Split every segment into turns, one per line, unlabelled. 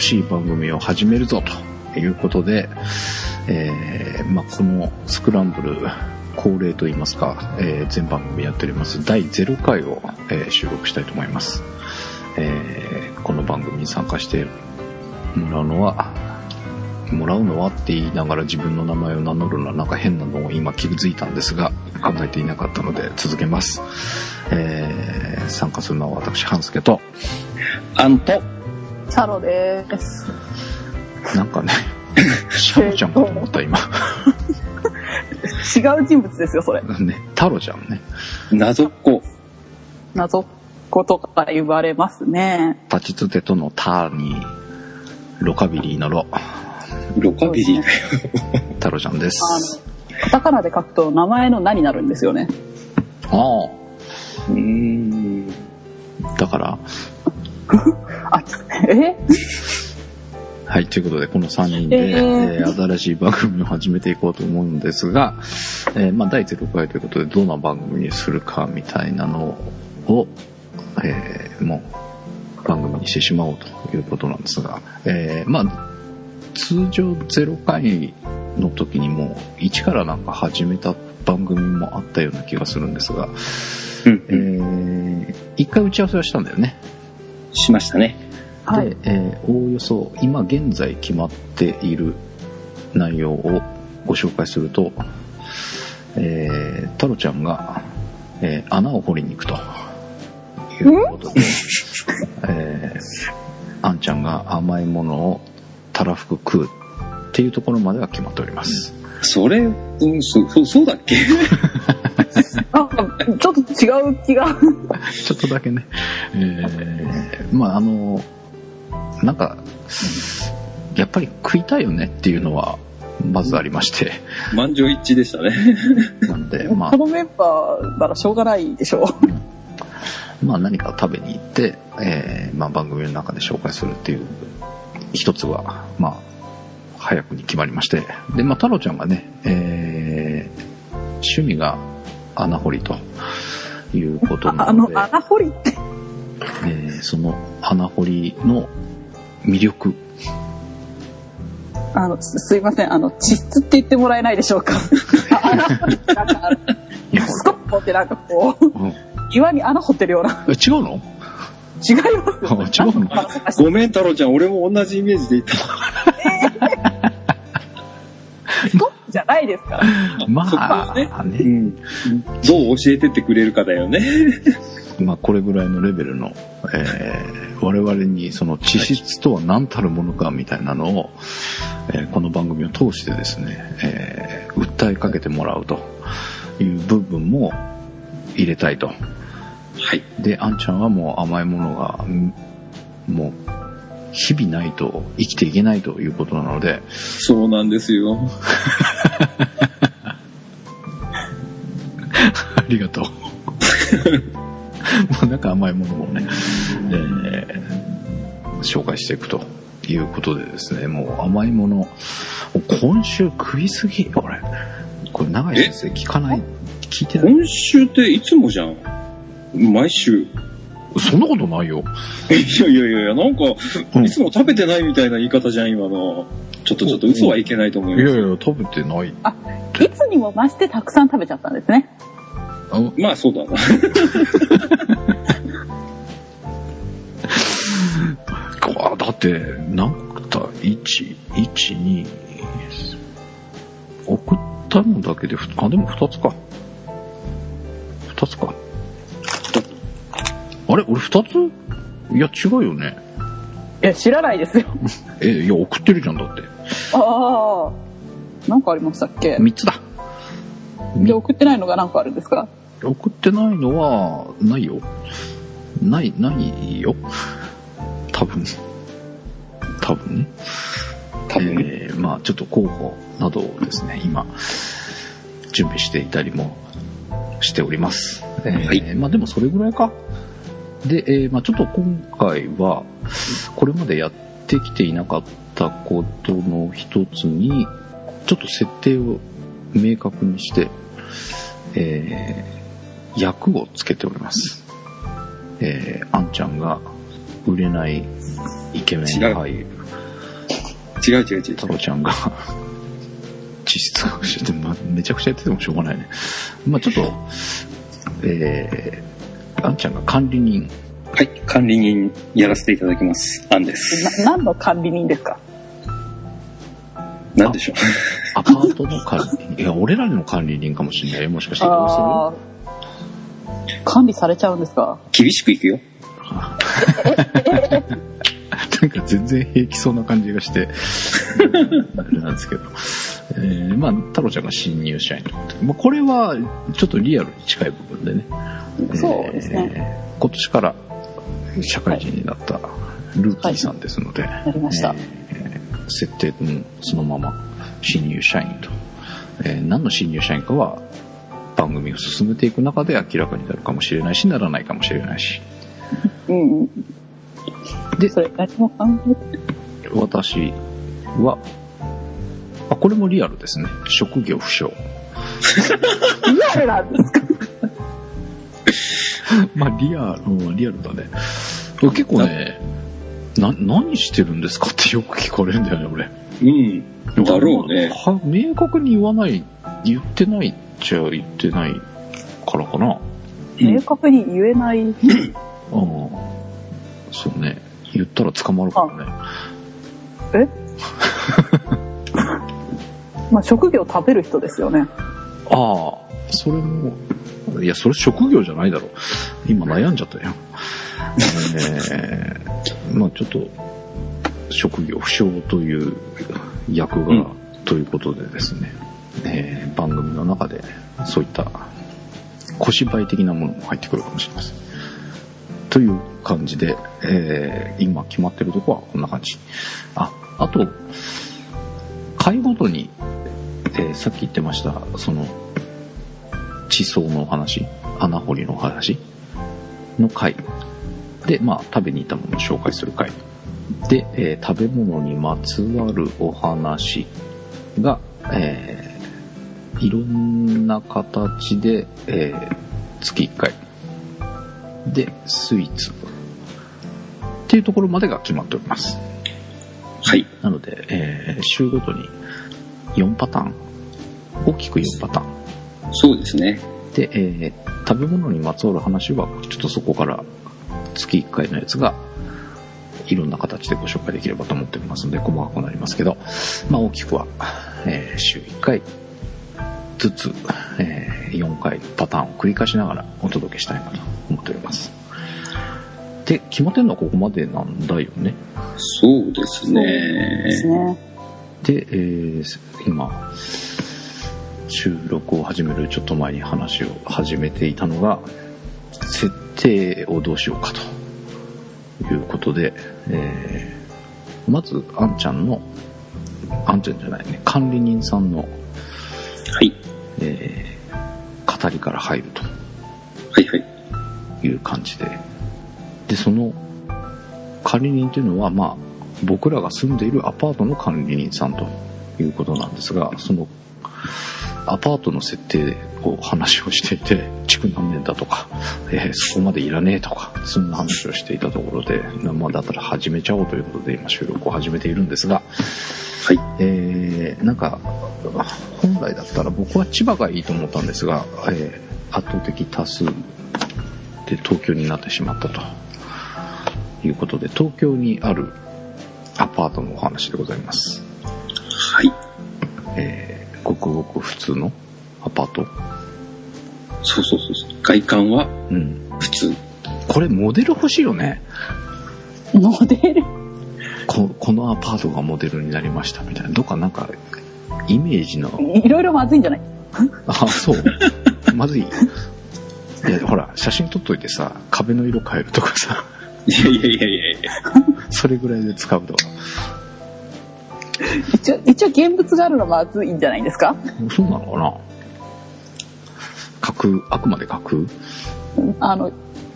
しい番組を始めるぞということで、えーまあ、このスクランブル恒例といいますか、えー全番組やっております第0回を、えー収録したいと思います、えーこの番組に参加してもらうのはもらうのはって言いながら自分の名前を名乗るのはなんか変なのを今気づいたんですが考えていなかったので続けます、えー参加するのは私半助と
アンと、
サロです。
なんかねシャロちゃんかと思った今
違う人物ですよ、それ。
ねタロちゃんね
謎っ子。
謎っ子とか言われますね。
パチツテとのタにロカビリーのロ
ロカビリーだよ。
タロちゃんです
あの、カタカナで書くと名前の「な」になるんですよね。
ああ
うーん。
だから、
あ、え
はい、ということで、この3人で、
え
え
ー
ー新しい番組を始めていこうと思うんですが、えーまあ、第0回ということで、どんな番組にするかみたいなのを、えーもう、番組にしてしまおうということなんですが、えーまあ、通常0回の時にも、一からなんか始めた番組もあったような気がするんですが、
う
え
ん、
ー一回打ち合わせはしたんだよね。
うん。しましたね。
はい
で。、えーおおよそ今現在決まっている内容をご紹介すると、えー、太郎ちゃんが、えー穴を掘りに行くということで、えー、あんちゃんが甘いものをたらふく食うっていうところまでは決まっております。
それ、うん、そう、そうそうだっけ
なんか、ちょっと違う気が。
ちょっとだけね、えー、まああの、なんか、やっぱり食いたいよねっていうのは、まずありまして。
満場一致でしたね。
なんで、まあ
こ、のメンバーならしょうがないでしょう。
まあ何か食べに行って、えーまあ番組の中で紹介するっていう一つは、まあ、早くに決まりまして。で、まあ太郎ちゃんがね、えー趣味が穴掘りということ
あ
な
あ
の
の
で、、
穴掘りって。
えーその穴掘りの魅力、
あの、すすいません。あの、地質って言ってもらえないでしょ うか。あ穴掘りってなんか、
いや
スコップってなんかこう、
うん、え
岩に穴掘ってるような。
違うの
違いますよ、ね。
違うの
なんか
ごめん、太郎ちゃん、俺も同じイメージでいた。
スコップじゃないですから。
ま
そこ
あ、
う
ね、
ん。どう教えてってくれるかだよね。
まあこれぐらいのレベルの、えー我々にその地質とは何たるものかみたいなのを、えーこの番組を通してですね、えー訴えかけてもらうという部分も入れたいと。
はい。
で、あんちゃんはもう甘いものが、んもう、日々ないと生きていけないということなので、
そうなんですよ。
ありがとう。もう なんか甘いものをね、えー紹介していくということでですね、もう甘いもの、もう今週食いすぎ、俺。これ長い先生聞かない、聞いてない。
今週っていつもじゃん。毎週。
そんなことないよ。
いやいやいやいや、なんか、
うん
いつも食べてないみたいな言い方じゃん、今の。ちょっとちょっと嘘はいけないと思い
い
ます。
やいや、食べてない。
いつにも増してたくさん食べちゃったんですね。
あ
まあそうだな。
こだって、なんか、1、1、2、送ったのだけで、ふあ、でも2つか。2つか。あれ俺2ついや、違うよね。
いや、知らないですよ。
え、いや、送ってるじゃん、だって。
ああ。なんかありましたっけ
3つだ。み
で、送ってないのがなんかあるんですか
送ってないのは、ないよ。ない、ないよ。多分。多分ね。
多 分。
えーまあちょっと候補などをですね、今、準備していたりもしております。えー
はい
まあでもそれぐらいか。で、えーまあちょっと今回は、これまでやってきていなかったことの一つに、ちょっと設定を明確にして、えー役をつけております。えーあんちゃんが売れないイケメン
違う
俳優。
違う違う違う。
太郎ちゃんが実質学習って、ま、めちゃくちゃやっててもしょうがないね。まあちょっと、えー、あんちゃんが管理人。
はい、管理人やらせていただきます。アンです。
な何の管理人ですか
なんでしょ
アパートの管理人。いや、俺らの管理人かもしれないよ。もしかしてどうする
あー管理されちゃうんですか
う。厳しくいくよ。
なんか全然平気そうな感じがして、あれなんですけど。えー、まあ、太郎ちゃんが新入社員ということで。まあ、これは、ちょっとリアルに近い部分でね。
そうですね
えー今年から社会人になったルーキーさんですので、
なりました。
えー設定もそのまま新入社員と。えー何の新入社員かは、番組を進めていく中で明らかになるかもしれないし、ならないかもしれないし。
うんうん。
で
それ何も考えて
私は、あ、これもリアルですね。職業不詳。
リアルなんですか
まあ、リアル、うんリアルだね。結構ね、な、何してるんですかってよく聞かれるんだよね、俺。
うん。だろうね
は。明確に言わない、言ってないっちゃ言ってないからかな。
うん
明確に言えない。
うん。そうね。言ったら捕まるからね。
まあ、職業食べる人ですよね。
ああ、それも、いや、それ職業じゃないだろう。今悩んじゃったよ。えー、 まあちょっと、職業不詳という役
うん
柄ということでですね、えー番組の中でそういった小芝居的なものも入ってくるかもしれません。という感じで、えー今決まってるとこはこんな感じ。あ、あと、回ごとに、えーさっき言ってました、その、地層のお話、穴掘りのお話の回。で、まあ、食べに行ったものを紹介する回。で、えー食べ物にまつわるお話が、えーいろんな形で、えー月1回。で、スイーツ。っていうところまでが決まっております。
はい。
なので、えー週ごとに4パターン、大きく4パターン。
そうですね。
で、えー食べ物にまつわる話は、ちょっとそこから月1回のやつが、いろんな形でご紹介できればと思っておりますので、細かくなりますけど、まあ大きくは、えー週1回ずつ、え4回パターンを繰り返しながらお届けしたいなと思っております。で、決まってるのはここまでなんだよね。
そうです
で
ね。
すね。
で、えー今、収録を始めるちょっと前に話を始めていたのが、設定をどうしようかということで、えーまず、あんちゃんの、あんちゃんじゃないね、管理人さんの、
はい。
えー語りから入ると
はいはい。
いう感じで、で、その管理人というのは、まあ、僕らが住んでいるアパートの管理人さんということなんですが、そのアパートの設定を話をしていて、築何年だとか、えーそこまでいらねえとか、そんな話をしていたところで、まあ、だったら始めちゃおうということで今収録を始めているんですが、
はい。
えーなんか、本来だったら僕は千葉がいいと思ったんですが、えー圧倒的多数で東京になってしまったということで、東京にあるアパートのお話でございます。
はい。
えーごくごく普通のアパート。
そうそうそうそう。外観は
うん。
普通。
これモデル欲しいよね。
モデル。
ここのアパートがモデルになりましたみたいな。どっかなんか、イメージの
いろいろまずいんじゃない
あ、そう。まずい。いや、ほら、写真撮っといてさ、壁の色変えるとかさ、
いやいやいやいやいや
それぐらいで使うとか。
一応、一応現物があるのまずいんじゃないですか
そうなのかな架空、あくまで架空
あの、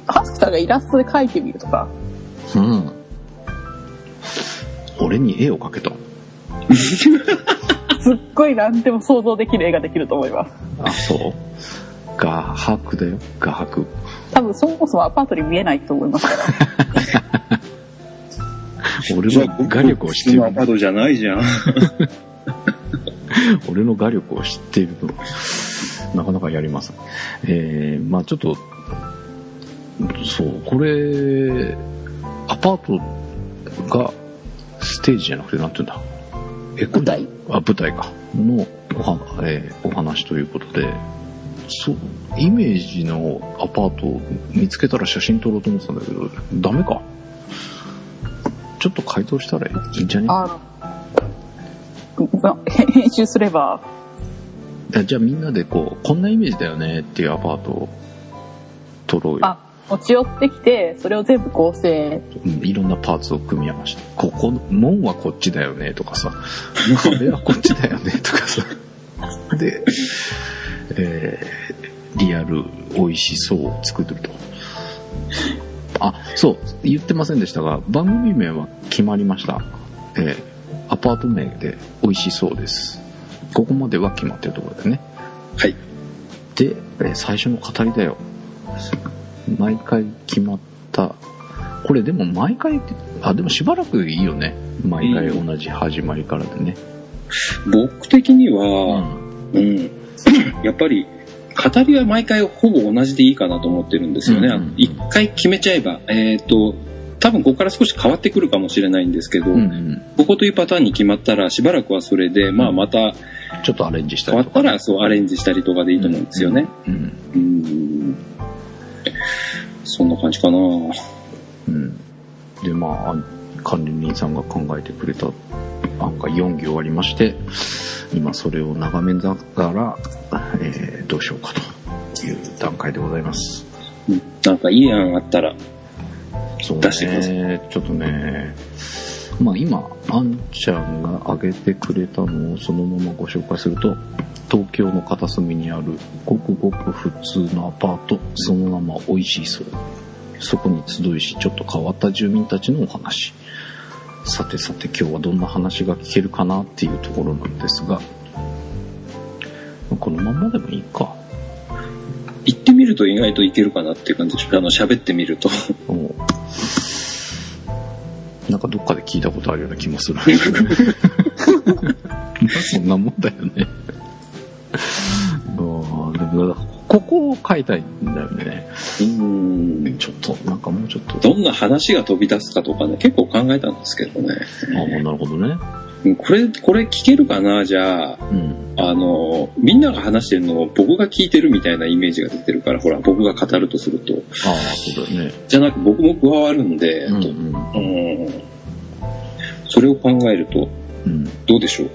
ハスクさんがイラストで描いてみるとか。
うん。俺に絵を描けと。
すっごい何でも想像できる絵ができると思います。
あ、そう画伯だよ、画伯。
多分そもそもアパートに見えないと思いますから。
俺の画力を知ってい
今
る
パドじゃないじゃん。
俺の画力を知っていると、なかなかやりません。えー、まあちょっと、そう、これ、アパートがステージじゃなくて、なんて言うんだ。え、これ
舞台。
あ、舞台か。のおは、えーお話ということで、そう、イメージのアパートを見つけたら写真撮ろうと思ってたんだけど、ダメか。ちょっと回答したらいいんじゃね
あのなへ編集すれば
あじゃあみんなでこう、こんなイメージだよねっていうアパートを撮ろうよ。
あ持ち寄ってきてそれを全部合成
うんいろんなパーツを組み合わせて。ここ、門はこっちだよねとかさ、壁はこっちだよねとかさ。で、えーリアル美味しそうを作ってると。あ、そう、言ってませんでしたが、番組名は決まりました。えーアパート名で美味しそうです。ここまでは決まってるところだよね。
はい。
で、えー最初の語りだよ。毎回決まった。これでも毎回、あ、でもしばらくいいよね。毎回同じ始まりからでね。
僕的に
う
は、
ん。
うん。 やっぱり、語りは毎回ほぼ同じでいいかなと思ってるんですよね
うんうんうん。
一、回決めちゃえば、えっ、と、多分ここから少し変わってくるかもしれないんですけど、
うんうん
ここというパターンに決まったら、しばらくはそれで、まあまた
ちょっとアレンジした
変
り
わ
と
っ
か。
たら、そうアレンジしたりとかでいいと思うんですよね。
うん。
うん。そんな感じかな。
うん。で、まあ、管理人さんが考えてくれた案が4行ありまして、今それを眺めながら、えーどうしようかという段階でございます。
うんなんかいい案あったら、
そう
出してくださ
ね。ちょっとね、まあ今、あんちゃんが挙げてくれたのをそのままご紹介すると、東京の片隅にあるごくごく普通のアパート、その名も美味しいそう。そこに集いし、ちょっと変わった住民たちのお話。さてさて今日はどんな話が聞けるかなっていうところなんですが、このまんまでもいいか。
行ってみると意外といけるかなっていう感じでしょ。あの、喋ってみると。
もうなんかどっかで聞いたことあるような気も する。まあそんなもんだよね。うんでもだからここを書いたいんだよね。
うん。
ちょっと、なんかもうちょっと。
どんな話が飛び出すかとかね、結構考えたんですけどね。
あなるほどね。
うんこれ、これ聞けるかなじゃあ、
うん。
あの、みんなが話してるのを僕が聞いてるみたいなイメージが出てるから、ほら、僕が語るとすると。
ああ、そうだよね。
じゃなく僕も加わるんで、
うん、
と
うん。
うん。それを考えると、
うん。
どうでしょう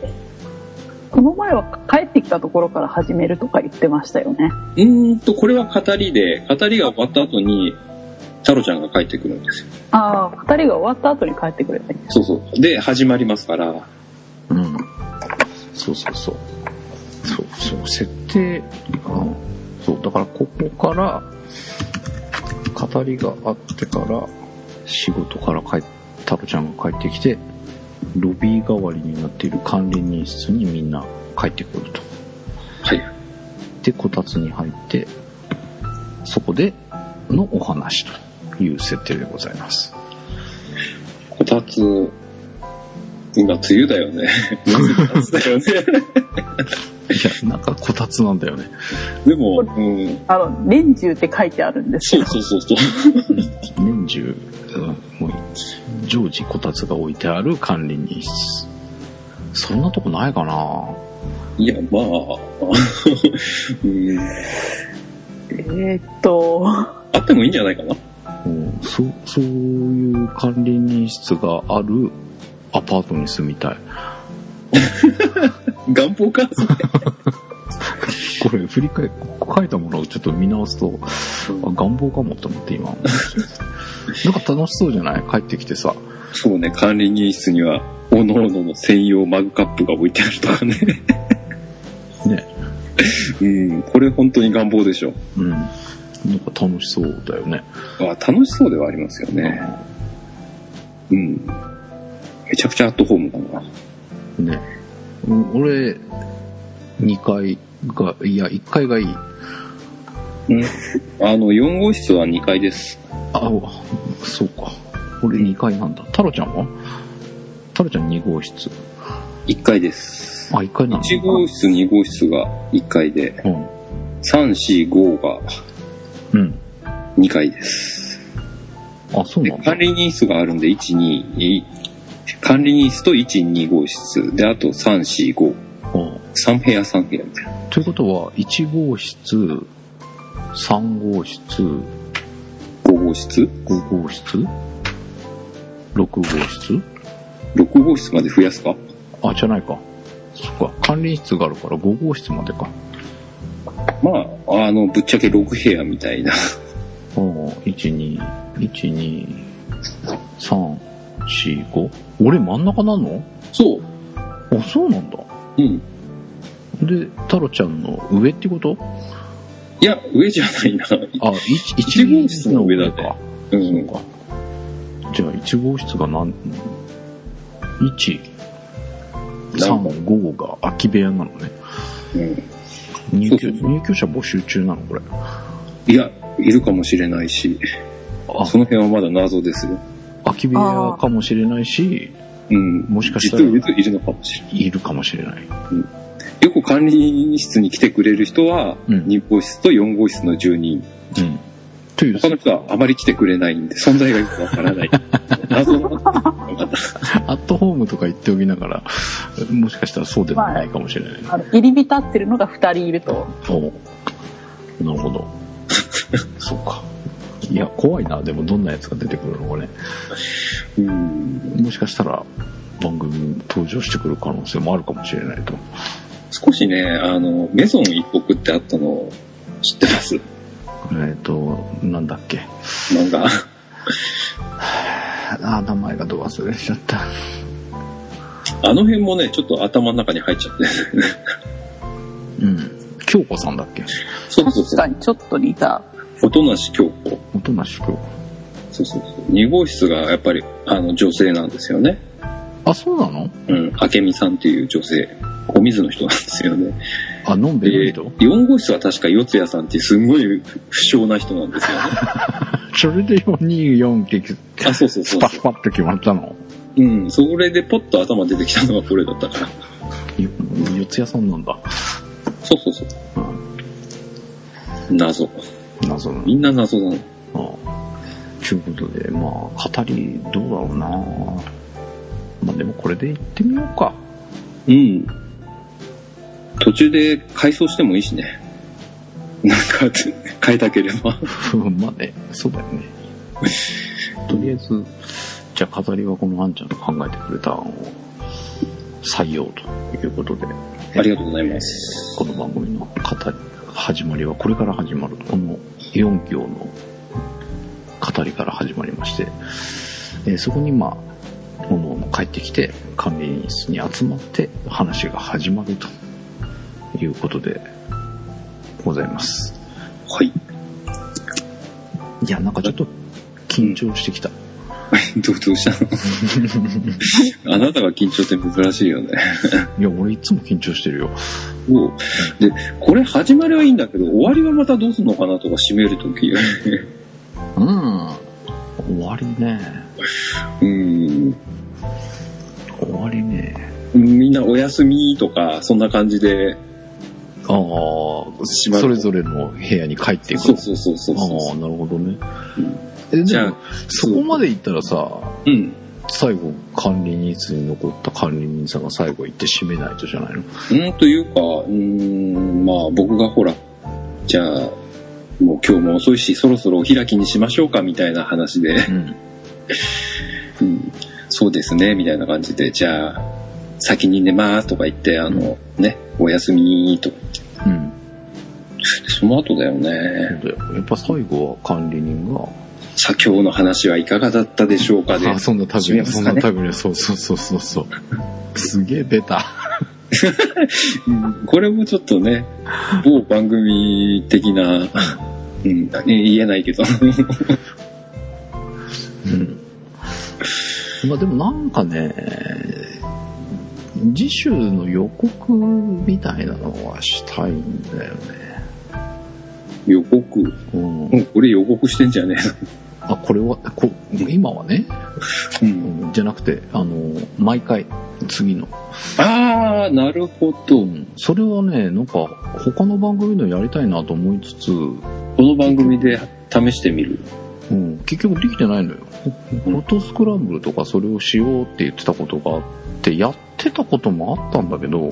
この前は帰ってきたところから始めるとか言ってましたよね
うーんと、これは語りで、語りが終わった後に、太郎ちゃんが帰ってくるんですよ。
ああ2人が終わった後に帰ってくればいい
そうそう。で、始まりますから。
うん。そうそうそう。そうそう、設定、あそう、だからここから、語りがあってから、仕事から帰っ、タロちゃんが帰ってきて、ロビー代わりになっている管理人室にみんな帰ってくると。
はい。
で、こたつに入って、そこでのお話という設定でございます。
こたつ、今、梅雨だよ ね。こたつだよね。
いや、なんかこたつなんだよね。
でも、うん。
あの「年中」って書いてあるんです
そ
け
う
ど
そうそうそう。
年中、うんもう常時こたつが置いてある管理人室。そんなとこないかない
や、まあ、 うん。
えーっと
あってもいいんじゃないかな。
うんそ、そういう管理人室があるアパートに住みたい。
願望か。
これ振り返、ここ書いたものをちょっと見直すと、あ願望かもって思って 今。なんか楽しそうじゃない帰ってきてさ。
そうね、管理人室には、おのおのの専用マグカップが置いてあるとかね。
ね。
うん、これ本当に願望でしょ。
うん。なんか楽しそうだよね。
あ楽しそうではありますよね。うん。めちゃくちゃアットホームだな。
ね。うん俺、2階が、いや、1階がいい。
うん。あの、4号室は2階です。
あ、そうか。俺2階なんだ。タロちゃんはタラちゃん2号室。
1階です。
あ、1階なの
1号室、2号室が1階で、
うん。
3、4、5が
うん。
2階です。
あ、そう
で
なんだ。
管理人室があるんで、1、2、い管理人室と1、2号室。で、あと3、4、5。
うん
3部屋、3部屋みたいな。
ということは、1号室、3号室、
5号室
5号室、6号室
?6 号室まで増やすか
あ、じゃないか。そっか。管理室があるから5号室までか。
まあ、あの、ぶっちゃけ6部屋みたいな。
うん。1、2、1、2、3、4、5。俺真ん中なの
そう。
あ、そうなんだ。
うん。
で、タロちゃんの上ってこと
いや、上じゃないな。
あ、1
1号室の上だね。う。
そうんか。じゃあ、1号室が何、1、
何
3、5が空き部屋なのね。
うん
入
そ
居
うそうそう
入居者募集中なのこれ。
いや、いるかもしれないし、
あ、
その辺はまだ謎ですよ。
空き部屋かもしれないし、
うん。
もしかした
実
ら
を言うといるのかもしれない
るかもしれない。
い。よく管理室に来てくれる人は、
うん
2号室と4号室の住人。
うん。という
他、の人はあまり来てくれないんで、存在がよくわから ない。謎の、また
アットホームとか言っておきながら、もしかしたらそうでもないかもしれない。
あの入り浸ってるのが2人いると
おなるほ ど。そうか。いや、怖いな。でもどんなやつが出てくるのかね。
うん。
もしかしたら番組に登場してくる可能性もあるかもしれないと。
少しね、あの、メゾン一国ってあったの、知ってます
えっ、と、なんだっけ。
漫画。
あー、名前がど忘れしちゃった。
あの辺もね、ちょっと頭の中に入っちゃって。
うん。京子さんだっけ
そうそう
確
そ
か
う。
にちょっと似た
音無し京子。
おとなしく。
そうそうそう。2号室がやっぱり、あの、女性なんですよね。
あ、そうなの
うん。明美さんっていう女性。お水の人なんですよね。
あ、のんべえの
で、
人、
4号室は確か四谷さんってすんごい不詳な人なんですよね。
それで424ってき
あ、そうそうそう
パ
そ
ッパッと決まったの。
う。うん。それでポッと頭出てきたのがこれだったから。
よ四谷さんなんだ。
そうそうそう。
うん。
謎。
謎の。
みんな謎なの。
うんちゅうことで、まあ、語り、どうだろうなまあでもこれで行ってみようか。
うん。途中で改装してもいいしね。なんか、変えたけれ ば。
まあね、そうだよね。とりあえず、じゃあ飾りはこのあんちゃんの考えてくれた案を採用ということで、
ありがとうございます。
この番組の語り、始まりはこれから始まる。この4行の語りから始まりまして、えーそこにまあ、各々帰ってきて、管理室に集まって話が始まるということでございます。
はい。
いや、なんかちょっと緊張してきた。
どう、どうしたのあなたが緊張って珍しいよね。
いや、俺いつも緊張してるよ。
おうで、これ始まりはいいんだけど、終わりはまたどうすんのかなとか締めるとき。う
うん。終わりね。
ーん。
終わりね。
みんなお休みとか、そんな感じで。
ああ、
しまう
それぞれの部屋に帰っていく
そ
の
うそうそうそう
あ
そ
あ、
う。
なるほどね。え、
じ
じ
ゃ
ゃ
あ
あ、そこまで行ったらさ、
うん。
最後、管理人室に残った管理人さんが最後行って閉めないとじゃないの
うんというか、うーん、まあ僕がほら、じゃあ、もう今日も遅いし、そろそろお開きにしましょうかみたいな話で、
うん。
うん、そうですね、みたいな感じで、じゃあ、先に寝ますとか言って、あの、ね、おやすみとか言って、
うん。
その後だよ
そ
ね。
うだよ。やっぱ最後は管理人が、
さあ今日の話はいかがだったでしょうかで
あ、、そんなタグ
閉め
に、
ますか
そん
ね
なタグに、そうそうそうそうそう。すげえベタ。
うんこれもちょっ とね、某番組的な、 うん、言えないけど、
うん まあでもなんかね、次週の予告みたいなのはしたいんだよね。
予告。
うん
もうこれ予告してんじゃねえの
あ、これは、こ今はね、
うん。
うんじゃなくて、あの、毎回、次の。
ああ、なるほど。こ
それはね、なんか、他の番組のやりたいなと思いつつ、
の番組で試してみる。
うん、結局できてないのよ。フォトスクランブルとかそれをしようって言ってたことがあって、やってたこともあったんだけど、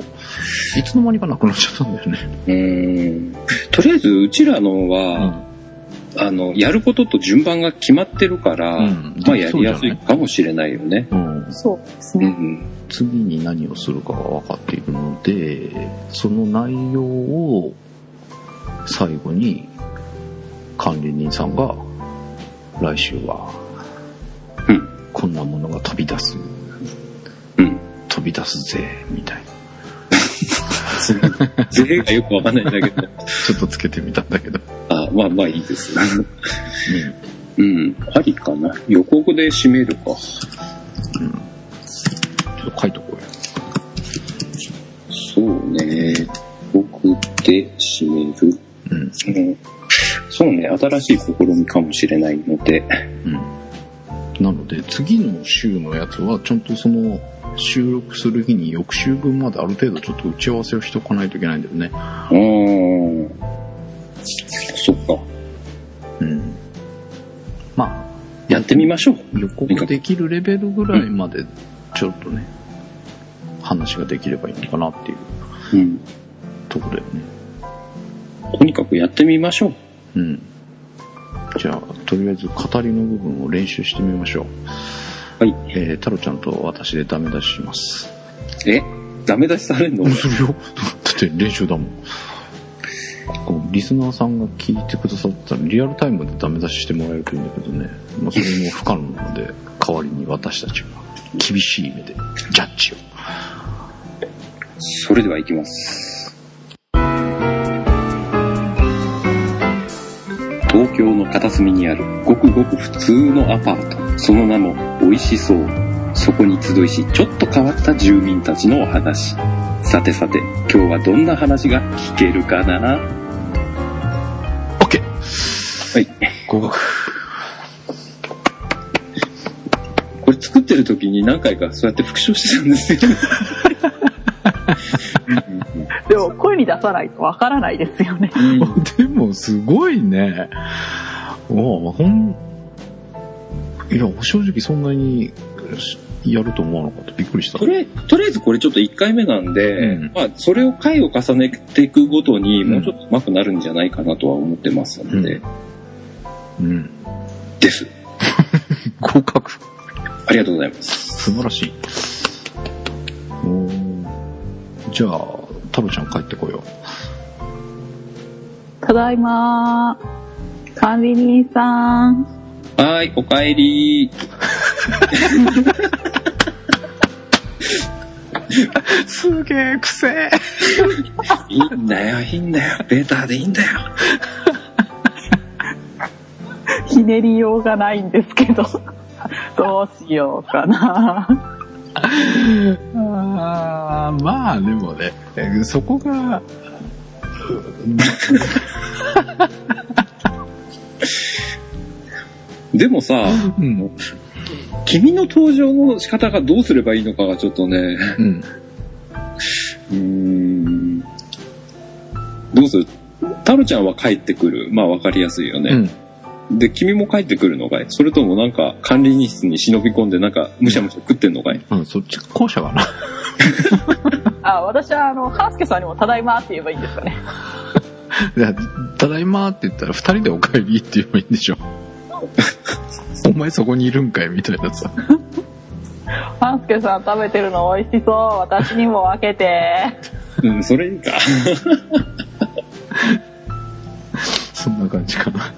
いつの間にかなくなっちゃったんだよね。
うーん。とりあえず、うちらのは、あの、やることと順番が決まってるから、
うん
まあ、やりやす
そうじゃない
いかもしれないよね。
うん、
そうです
う
ね。
ん。
次に何をするかが分かっているので、その内容を最後に管理人さんが来週は
うん
こんなものが飛び出す、
うん
飛び出すぜ、みたいな。
税がよくわかんないんだけ ど。
ちょっとつけてみたんだけど。
あまあまあいいです。うん。ありかな。予告で締めるか。
ちょっと書いとこうよ。
そうね。予告で締める。
うん。
うんそうね。新しい試みかもしれないので。
うん。なので、次の週のやつは、ちゃんとその、収録する日に翌週分まである程度ちょっと打ち合わせをしておかないといけないんだよね。
うーん。そっか。
うん。ま
やってみましょう。
あ、予告できるレベルぐらいまで、ちょっとね、話ができればいいのかなっていう
うん。
ところだよね。
とにかくやってみましょう。
うん。じゃあ、とりあえず語りの部分を練習してみましょう。
はい。
えー、太郎ちゃんと私でダメ出しします。
えダメ出しされんの
どうするよ。だ って練習だもん。こうリスナーさんが聞いてくださったらリアルタイムでダメ出ししてもらえるといいんだけどね、まあ、それも不可能なので代わりに私たちが厳しい目でジャッジを
それでは行きます。東京の片隅にあるごくごく普通のアパート。その名も美味しそう。そこに集いし、ちょっと変わった住民たちのお話。さてさて、今日はどんな話が聞けるかな
OK
はい。
合格
これ作ってる時に何回かそうやって復唱してたん ですよ。
でも声に出さないとわからないですよね。
でもすごいねおうほんいや正直そんなにやると思わなかったびっくりした
とりあえず、とりあえずこれちょっと1回目なんで、
うん
まあ、それを回を重ねていくごとに、
うん
もうちょっと上手くなるんじゃないかなとは思ってますので、
ううん
です。
合格
ありがとうございます。
素晴らしいおーじゃあ太郎ちゃん帰ってこよう
ただいまー。管理人さん。
はーい、お帰り。
すげえくせえ
いいんだよ、いいんだよ、ベーターでいいんだよ。
ひねりようがないんですけど。 どうしようかな。
あーまあでもねそこが
でもさ、
うん、
君の登場の仕方がどうすればいいのかがちょっとね、
うん、
うーん。どうするタロちゃんは帰ってくる。まあ、わかりやすいよね。
うん
で、君も帰ってくるのかいそれともなんか管理人室に忍び込んでなんかむしゃむしゃ食ってんのかい
うん、そっち後者かな
あ、私はあの、ハースケさんにもただいまーって言えばいいんですかね。
いやただいまーって言ったら二人でお帰りって言えばいいんでし ょお前そこにいるんかいみたいなさ
ハースケさん食べてるの美味しそう。私にも分けて。
うん、それいいか。
そんな感じかな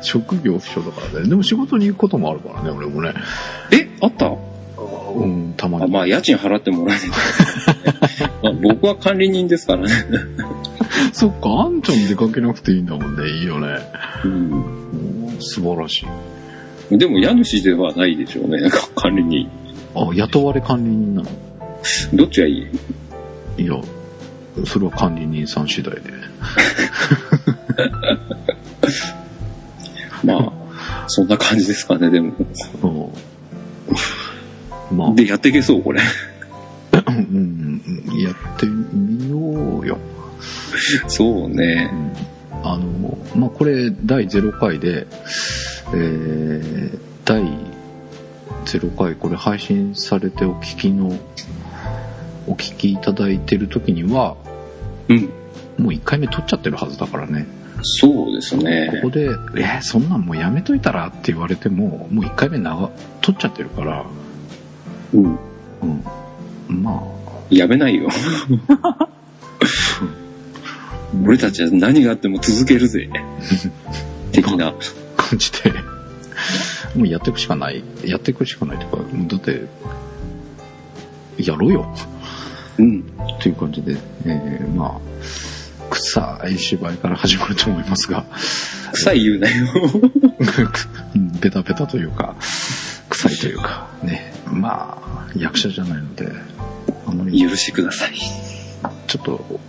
職業不詳だからねでも仕事に行くこともあるからね俺もね
え、あった
うんたま
あ
に
まあ、家賃払っても らえない、まあ僕は管理人ですからね。
そっかあんちゃん出かけなくていいんだもんねいいよね
うん。
うん素晴らしい
でも家主ではないでしょうね。管理人。
あ雇われ管理人なの
どっちがいい
いやそれは管理人さん次第で
まあ、そんな感じですかね、でも。
うんまあ、
で、やっていけそう、これ。
うんうんやってみようよ。
そうね。
あの、まあ、これ、第0回で、えー、第0回、これ配信されてお聞きの、お聞きいただいてる時には、
うん。
もう1回目撮っちゃってるはずだからね。
そうですね。
ここで、えーそんなんもうやめといたらって言われても、もう1回目長、撮っちゃってるから、
うん。
うん。まあ、
やめないよ。俺たちは何があっても続ける ぜ。的な。
感じで、もうやっていくしかない。やっていくしかないというか、だって、やろうよ。
うん。
という感じで、えー、まあ、臭い芝居から始まると思いますが、
臭い言うな よ。
うんベタベタというか、臭いというか、ね、まあ、役者じゃないので、あまり、
許してください。
ちょっと、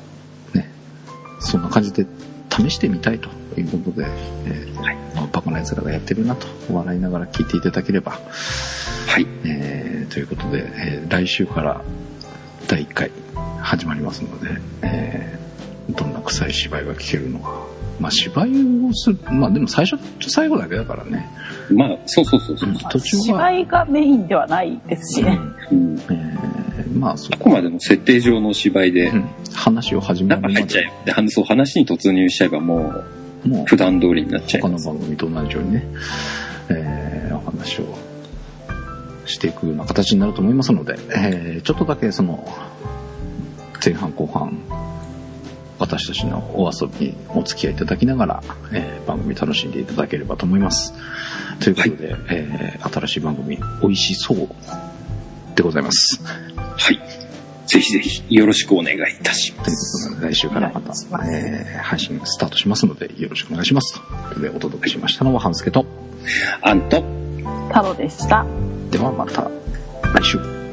ね、そんな感じで試してみたいということで、えーまあ、バカな奴らがやってるなと笑いながら聞いていただければ、
はい。
えーということで、えー来週から第1回始まりますので、えーどんな臭い芝居が聞けるのか。まあ芝居をする、まあでも最初と最後だけだからね。
まあ、そうそうそうそう。
途中は
芝、居がメインではないですしね。
うん。
うんえーまあそ
あく
こ、
までも設定上の芝居で
う、ん話を始め
な
る
ん
ま
か
で
入っちゃえば、で話そう話に突入しちゃえばもう
もう
普段通りになっちゃい
他
ま
の
す。
番組と同じようにね、えーお話をしていくような形になると思いますので、えーちょっとだけその、前半後半、私たちのお遊びにお付き合いいただきながら、えー番組楽しんでいただければと思います。ということで、えー新しい番組、美味しそうでございます。
はい。ぜひぜひよろしくお願いいたしま
という
す。
ことで、来週からまた
お願いしま、す
えー配信スタートしますので、よろしくお願いします。ということで、お届けしましたのは、半助と、
あんと、
太郎でした。
ではまた来週。